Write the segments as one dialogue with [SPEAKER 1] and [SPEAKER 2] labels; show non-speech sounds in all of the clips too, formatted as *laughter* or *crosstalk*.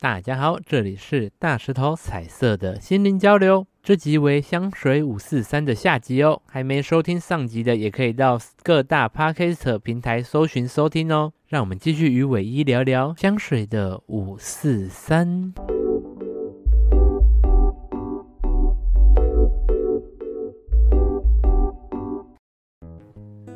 [SPEAKER 1] 大家好，这里是大石头彩色的心灵交流，这集为香水五四三的下集哦。还没收听上集的，也可以到各大 podcast 平台搜寻收听哦。让我们继续与尾一聊聊香水的五四三。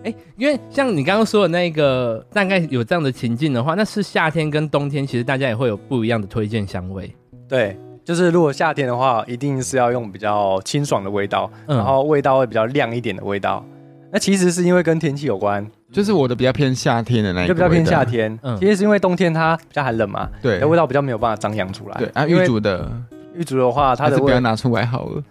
[SPEAKER 1] 哎，因为像你刚刚说的那个，大概有这样的情境的话，那是夏天跟冬天，其实大家也会有不一样的推荐香味。
[SPEAKER 2] 对，就是如果夏天的话，一定是要用比较清爽的味道，
[SPEAKER 1] 嗯
[SPEAKER 2] 然后味道会比较亮一点的味道。那其实是因为跟天气有关，
[SPEAKER 3] 就是我的比较偏夏天的那一
[SPEAKER 2] 嗯
[SPEAKER 3] 个
[SPEAKER 2] 就比较
[SPEAKER 3] 味道，
[SPEAKER 2] 偏夏天。
[SPEAKER 1] 嗯
[SPEAKER 2] 其实是因为冬天它比较寒冷嘛，
[SPEAKER 3] 对
[SPEAKER 2] 那味道比较没有办法张扬出来。
[SPEAKER 3] 对啊，
[SPEAKER 2] 因
[SPEAKER 3] 玉
[SPEAKER 2] 为
[SPEAKER 3] 竹的
[SPEAKER 2] 玉竹的话，它
[SPEAKER 3] 还
[SPEAKER 2] 的
[SPEAKER 3] 是不
[SPEAKER 2] 味
[SPEAKER 3] 要拿出来好
[SPEAKER 2] *laughs*
[SPEAKER 3] 了。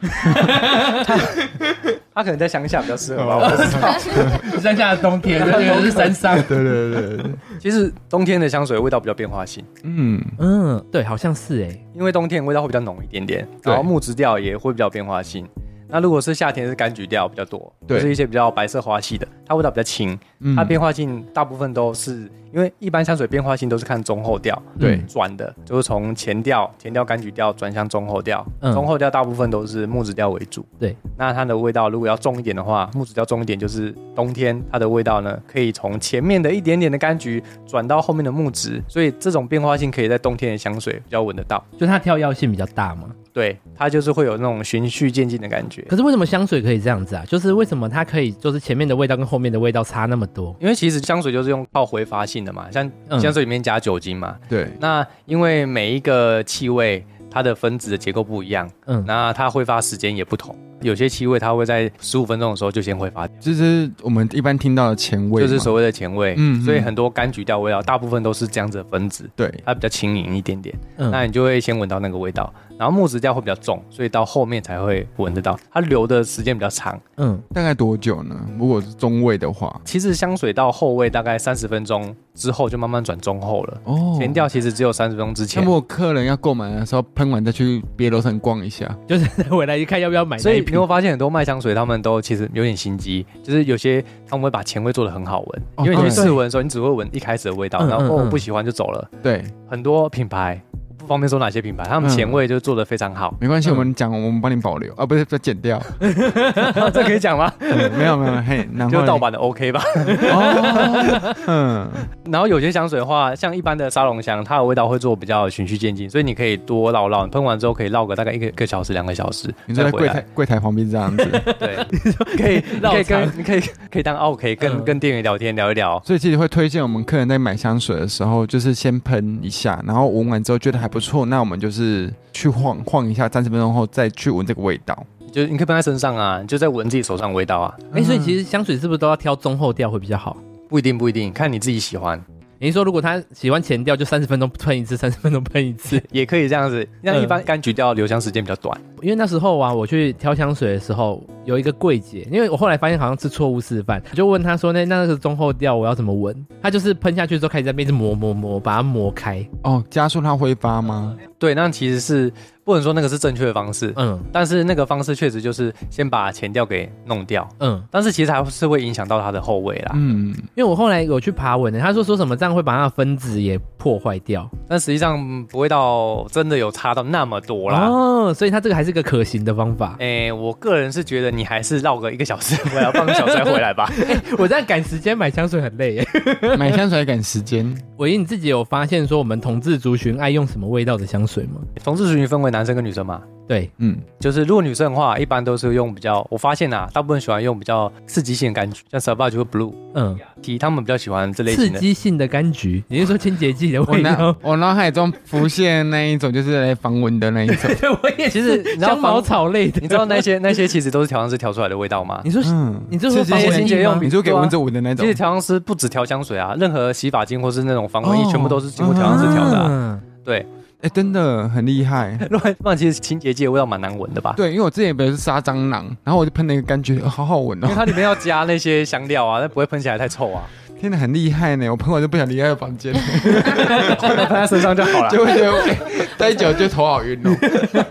[SPEAKER 2] 它可能在乡下比较适合
[SPEAKER 3] 哦
[SPEAKER 2] 吧。我不知道
[SPEAKER 1] 乡下的冬天，因为是山上。
[SPEAKER 3] 对对对对，对
[SPEAKER 2] 其实冬天的香水味道比较变化性，
[SPEAKER 3] *laughs* 嗯，
[SPEAKER 1] 嗯，对，好像是哎、
[SPEAKER 2] 因为冬天味道会比较浓一点点，
[SPEAKER 3] 对
[SPEAKER 2] 然后木质调也会比较变化性。那如果是夏天是柑橘调比较多，就
[SPEAKER 3] 对
[SPEAKER 2] 是一些比较白色花系的，它味道比较轻，
[SPEAKER 3] 嗯
[SPEAKER 2] 它变化性大部分都是因为一般香水变化性都是看中后调
[SPEAKER 3] 对
[SPEAKER 2] 转的，就是从前调、前调柑橘调转向中后调，
[SPEAKER 1] 嗯
[SPEAKER 2] 中后调大部分都是木质调为主。
[SPEAKER 1] 对，
[SPEAKER 2] 那它的味道如果要重一点的话，木质调重一点就是冬天它的味道呢，可以从前面的一点点的柑橘转到后面的木质，所以这种变化性可以在冬天的香水比较闻得到。
[SPEAKER 1] 就它跳药性比较大嘛。
[SPEAKER 2] 对，它就是会有那种循序渐进的感觉。
[SPEAKER 1] 可是为什么香水可以这样子啊？就是为什么它可以，就是前面的味道跟后面的味道差那么多？
[SPEAKER 2] 因为其实香水就是用靠挥发性的嘛，像
[SPEAKER 1] 嗯
[SPEAKER 2] 香水里面加酒精嘛，
[SPEAKER 3] 对
[SPEAKER 2] 那因为每一个气味它的分子的结构不一样，
[SPEAKER 1] 嗯，
[SPEAKER 2] 那它挥发时间也不同。有些气味它会在十五分钟的时候就先挥发掉，
[SPEAKER 3] 就是我们一般听到的前味
[SPEAKER 2] 就
[SPEAKER 3] 嘛，
[SPEAKER 2] 是所谓的前味。
[SPEAKER 3] 嗯嗯
[SPEAKER 2] 所以很多柑橘调味道大部分都是这样子的分子，
[SPEAKER 3] 对
[SPEAKER 2] 它比较轻盈一点点，
[SPEAKER 1] 嗯
[SPEAKER 2] 那你就会先闻到那个味道。然后木质调会比较重，所以到后面才会闻得到，它留的时间比较长。
[SPEAKER 1] 嗯，
[SPEAKER 3] 大概多久呢？如果是中味的话，
[SPEAKER 2] 其实香水到后味大概三十分钟之后就慢慢转中后了，
[SPEAKER 3] 哦，
[SPEAKER 2] 前调其实只有三十分钟之
[SPEAKER 3] 那
[SPEAKER 2] 前
[SPEAKER 3] 如。果客人要购买的时候，喷完再去别楼层逛一下，
[SPEAKER 1] 就是 *laughs* 再回来一看要不要买
[SPEAKER 2] 所
[SPEAKER 1] 那
[SPEAKER 2] 以
[SPEAKER 1] 一
[SPEAKER 2] 你
[SPEAKER 1] 瓶
[SPEAKER 2] 会。发现很多卖香水，他们都其实有点心机，就是有些他们会把前味做的很好闻，
[SPEAKER 3] 哦
[SPEAKER 2] 因为你去
[SPEAKER 3] 对
[SPEAKER 2] 试闻的时候，你只会闻一开始的味道，
[SPEAKER 1] 嗯
[SPEAKER 2] 然后
[SPEAKER 1] 嗯
[SPEAKER 2] 哦
[SPEAKER 1] 嗯
[SPEAKER 2] 不喜欢就走了。
[SPEAKER 3] 对，，
[SPEAKER 2] 很多品牌不方便说哪些品牌，他们前味就做的非
[SPEAKER 1] *laughs*
[SPEAKER 2] 常好
[SPEAKER 3] 没关系，
[SPEAKER 1] 嗯
[SPEAKER 3] 我们讲，我们帮你保留啊，不是，不是剪掉，
[SPEAKER 2] 这可以
[SPEAKER 1] *laughs*
[SPEAKER 2] 讲吗？
[SPEAKER 3] 嗯没有没有，嘿，然后
[SPEAKER 2] *laughs* 就盗版的 OK 吧。
[SPEAKER 3] 哦， *laughs* 嗯，
[SPEAKER 2] 然后有些香水的话，像一般的沙龙香，它的味道会做比较循序渐进，所以你可以多绕绕，你喷完之后可以绕个大概一个一个小时、两个小时，
[SPEAKER 3] 你说
[SPEAKER 2] 再
[SPEAKER 3] 在
[SPEAKER 2] 回
[SPEAKER 3] 柜
[SPEAKER 2] 来
[SPEAKER 3] 台柜台旁边这样子，
[SPEAKER 2] 对， *laughs* 可以
[SPEAKER 1] *laughs* 绕
[SPEAKER 2] 可以
[SPEAKER 1] 场
[SPEAKER 2] 跟你可以可以当 OK，跟
[SPEAKER 1] 嗯
[SPEAKER 2] 跟店员聊天聊一聊。
[SPEAKER 3] 所以其实会推荐我们客人在买香水的时候，就是先喷一下，然后闻完之后觉得还不错，那我们就是去晃晃一下，三十分钟后再去闻这个味道。
[SPEAKER 2] 就是你可以喷在身上啊，你就在闻自己手上的味道啊，
[SPEAKER 1] 哎、所以其实香水是不是都要挑中后调会比较好？
[SPEAKER 2] 不一定不一定，看你自己
[SPEAKER 1] *laughs*
[SPEAKER 2] 喜欢，
[SPEAKER 1] 你是说如果他喜欢前调，就三十分钟喷一次，三十分钟喷一次。 *laughs*
[SPEAKER 2] 也可以这样子。那
[SPEAKER 1] 嗯
[SPEAKER 2] 一般柑橘调留香时间比较短，
[SPEAKER 1] 因为那时候啊，我去挑香水的时候，有一个柜姐，因为我后来发现好像是错误示范，我就问她说：“那那个中后调我要怎么闻？”她就是喷下去之后开始在那边一直磨磨磨，把它磨开。
[SPEAKER 3] 哦，加速它挥发吗？
[SPEAKER 2] 对，那其实是不能说那个是正确的方式，
[SPEAKER 1] 嗯
[SPEAKER 2] 但是那个方式确实就是先把前调给弄掉，
[SPEAKER 1] 嗯，
[SPEAKER 2] 但是其实还是会影响到它的后味啦。
[SPEAKER 3] 嗯，
[SPEAKER 1] 因为我后来有去爬文的，欸她说说什么这样会把那的分子也破坏掉。
[SPEAKER 2] 但实际上嗯不会到真的有差到那么多啦。
[SPEAKER 1] 哦，所以它这个还是个可行的方 *laughs* 法。
[SPEAKER 2] 哎、我个人是觉得你还是绕个一个小时回来，半个小时再回
[SPEAKER 1] *laughs*
[SPEAKER 2] 来吧。
[SPEAKER 1] 我这样赶时间买香水很累耶。
[SPEAKER 3] 买香水还赶时间，
[SPEAKER 1] 伟英，你自己有发现说我们同志族群爱用什么味道的香水吗？
[SPEAKER 2] 同志族群分为男生跟女生嘛，
[SPEAKER 1] 对，
[SPEAKER 3] 嗯，
[SPEAKER 2] 就是如果女生的话，一般都是用比较，我发现啊，大部分喜欢用比较刺激性的柑橘，像 Savage 或 Blue
[SPEAKER 1] 嗯，
[SPEAKER 2] T，他们比较喜欢这类
[SPEAKER 1] 刺
[SPEAKER 2] 型的。
[SPEAKER 1] 激性的柑 *laughs* 橘，你是说清洁剂的
[SPEAKER 3] 我
[SPEAKER 1] 味
[SPEAKER 3] 脑
[SPEAKER 1] 道？
[SPEAKER 3] *laughs* 我脑海中浮现那一种就是来防蚊的那一种，
[SPEAKER 1] 对， *laughs* 我也
[SPEAKER 2] 其实
[SPEAKER 1] 是
[SPEAKER 2] 你知道
[SPEAKER 1] 香茅
[SPEAKER 2] 防
[SPEAKER 1] 草类的。
[SPEAKER 2] 你知道那些那些其实都是调香师调出来的味道吗？
[SPEAKER 1] 你说
[SPEAKER 3] *laughs* 嗯，
[SPEAKER 1] 你这是
[SPEAKER 3] 刺激
[SPEAKER 2] 防蚊
[SPEAKER 3] 性
[SPEAKER 2] 液吗
[SPEAKER 3] 你说给蚊子闻的那
[SPEAKER 2] 其
[SPEAKER 3] 种
[SPEAKER 2] 实，调香师不止调香水啊，任何洗发精或是那种防蚊液，
[SPEAKER 3] 哦
[SPEAKER 2] 全部都是经过调香师调的、啊。
[SPEAKER 1] 啊
[SPEAKER 2] 对， *laughs*
[SPEAKER 3] 哎，真的很厉害。
[SPEAKER 2] 不然不然其实清洁剂的味道蛮难闻的吧？
[SPEAKER 3] *laughs* 对，因为我之前不是杀蟑螂，然后我就喷了一个柑橘，哦好好闻
[SPEAKER 2] 因为
[SPEAKER 3] *laughs* 哦！
[SPEAKER 2] 它里面要加那些香料啊，那不会喷起来太臭啊，
[SPEAKER 3] 天哪，很厉害呢！我喷完就不想离开房
[SPEAKER 2] *laughs*
[SPEAKER 3] 间， *laughs*
[SPEAKER 2] 喷在身上就好了。
[SPEAKER 3] 就会觉得哎待久就头好晕哦。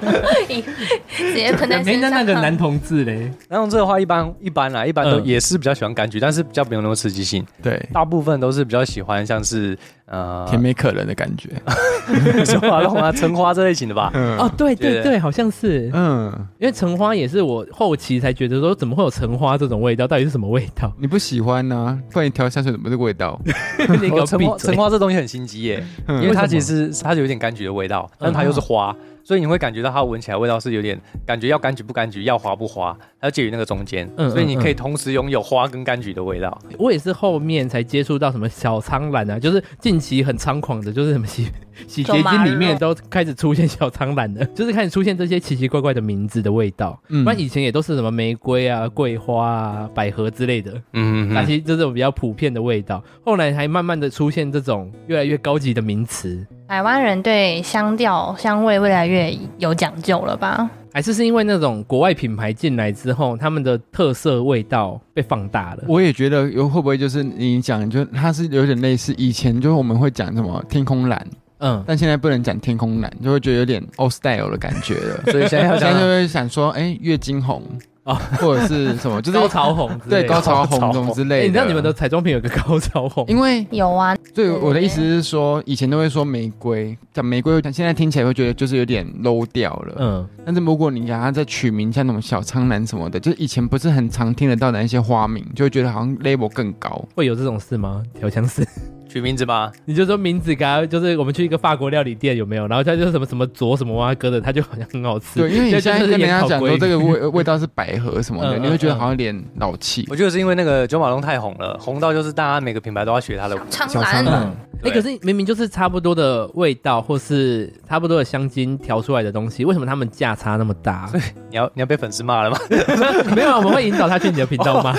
[SPEAKER 1] *laughs*
[SPEAKER 4] 直接喷在
[SPEAKER 1] 哎，
[SPEAKER 4] 身
[SPEAKER 1] 那
[SPEAKER 4] 上。
[SPEAKER 1] 那个男同志嘞，
[SPEAKER 2] 然后这个话一般一般啊啦，一般都
[SPEAKER 1] 嗯
[SPEAKER 2] 也是比较喜欢柑橘，但是比较没有那么刺激性，
[SPEAKER 3] 对，
[SPEAKER 2] 大部分都是比较喜欢像是呃
[SPEAKER 3] 甜美可人的感觉。
[SPEAKER 2] 什么龙啊、橙花这类型的吧。
[SPEAKER 1] 哦，
[SPEAKER 3] 嗯
[SPEAKER 1] 对对
[SPEAKER 2] 对
[SPEAKER 1] 对，好像是，
[SPEAKER 3] 嗯，？
[SPEAKER 1] 因为橙花也是我后期才觉得说，怎么会有橙花这种味道？到底是什么味道 *laughs*
[SPEAKER 3] 你不喜欢呢？不然你调香水怎么这个味道？
[SPEAKER 1] 你给
[SPEAKER 2] 哦
[SPEAKER 1] 我
[SPEAKER 2] 橙
[SPEAKER 1] 闭
[SPEAKER 2] 花
[SPEAKER 1] 嘴
[SPEAKER 2] 橙！花这东西很心机耶，因为
[SPEAKER 3] 嗯
[SPEAKER 1] 为什
[SPEAKER 2] 它
[SPEAKER 1] 么
[SPEAKER 2] 其实它有点柑橘的味道，但它又是花，所以你会感觉到它闻起来味道是有点感觉要柑橘不柑橘，要花不花，它介于那个中间，
[SPEAKER 1] 嗯
[SPEAKER 2] 所以你
[SPEAKER 1] 嗯
[SPEAKER 2] 可以同时拥有花跟柑橘的味道。
[SPEAKER 1] 我也是后面才接触到什么小苍兰啊，就是近期很猖狂的，就是什么洗 *laughs* 洗洁精里面都开始出现小苍兰了，就是开始出现这些奇奇怪怪的名字的味道。
[SPEAKER 3] 嗯
[SPEAKER 1] 不然以前也都是什么玫瑰啊、桂花啊、百合之类的，
[SPEAKER 2] 嗯，
[SPEAKER 1] 那些这种比较普遍的味道。后来还慢慢的出现这种越来越高级的名词，
[SPEAKER 4] 台湾人对香调香味越来越有讲究了吧？
[SPEAKER 1] 还是是因为那种国外品牌进来之后，他们的特色味道被放大了。
[SPEAKER 3] *laughs* 我也觉得有会不会就是你讲，就它是有点类似以前就是我们会讲什么天空蓝，
[SPEAKER 1] 嗯，
[SPEAKER 3] 但现在不能讲天空蓝，就会觉得有点 old style 的感觉了。
[SPEAKER 2] 所以现在要
[SPEAKER 3] 现
[SPEAKER 2] 讲
[SPEAKER 3] 在就会想说，哎、月经红
[SPEAKER 1] 哦
[SPEAKER 3] 或者是什么，就
[SPEAKER 1] 高
[SPEAKER 3] 是
[SPEAKER 1] 潮红之类
[SPEAKER 3] 对
[SPEAKER 1] 的，
[SPEAKER 3] 高潮
[SPEAKER 2] 高潮
[SPEAKER 3] 红什么之类
[SPEAKER 1] 哎
[SPEAKER 3] 的。
[SPEAKER 1] 你知道你们的彩妆品有个高潮红，
[SPEAKER 3] 因为
[SPEAKER 4] 有啊，
[SPEAKER 3] 对我的意思是说，以前都会说玫瑰，讲玫瑰，现在听起来会觉得就是有点 low 掉了。
[SPEAKER 1] 嗯，
[SPEAKER 3] 但是如果你给它再取名像那种小苍兰什么的，就是以前不是很常听得到的那些花名，就会觉得好像 label 更高。
[SPEAKER 1] 会有这种事吗？调香师，
[SPEAKER 2] 取名字吧，
[SPEAKER 1] *laughs* 你就说名字给他，就是我们去一个法国料理店有没有？然后他就什么什么佐什么蛙哥的，他就好像很好吃。
[SPEAKER 3] 对，因为你现在跟人家讲说这
[SPEAKER 1] 个，
[SPEAKER 3] 个味味道是百合什么的，
[SPEAKER 1] 嗯嗯
[SPEAKER 3] 你会觉得好像有点老气。
[SPEAKER 2] 我觉得是因为那个九马龙太红了，红到就是大家每个品牌都要学它的。
[SPEAKER 4] 苍
[SPEAKER 3] 小苍
[SPEAKER 4] 兰
[SPEAKER 3] 兰，
[SPEAKER 1] 嗯，哎、
[SPEAKER 2] 对
[SPEAKER 1] 可是明明就是差不多的味道，或是差不多的香精调出来的东西，为什么他们价差那么大？
[SPEAKER 2] 你要你要被粉丝骂了吗？
[SPEAKER 1] 没有，我们会引导他去你的频道吗？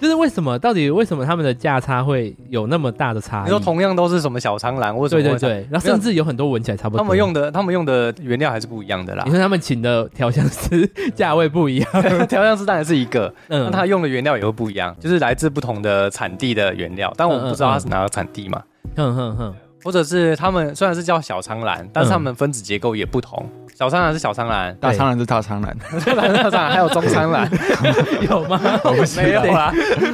[SPEAKER 1] 就是为什么？到底为什么他们的价差会有那么大的差异？
[SPEAKER 2] 你说同样都是什么小苍兰，为什
[SPEAKER 1] 对
[SPEAKER 2] 么
[SPEAKER 1] 对
[SPEAKER 2] 会
[SPEAKER 1] 对，然后甚至有很多闻起来差不多。
[SPEAKER 2] 他们用的他们用的原料还是不一样的啦
[SPEAKER 1] 你。说他们请的调香师价位不一样，
[SPEAKER 2] 调香师当然是一个，那
[SPEAKER 1] 嗯，
[SPEAKER 2] 它用的原料也会不一样，就是来自不同的产地的原料，但我们不知道它是哪个产地嘛，
[SPEAKER 1] 哼哼哼，
[SPEAKER 2] 或者是他们虽然是叫小苍兰，但是他们分子结构也不同。小苍兰是小苍兰 *laughs*
[SPEAKER 3] 大苍兰是大苍兰，
[SPEAKER 2] 大苍兰还有中苍兰，
[SPEAKER 1] 有吗？
[SPEAKER 2] *laughs* 没有啊啦。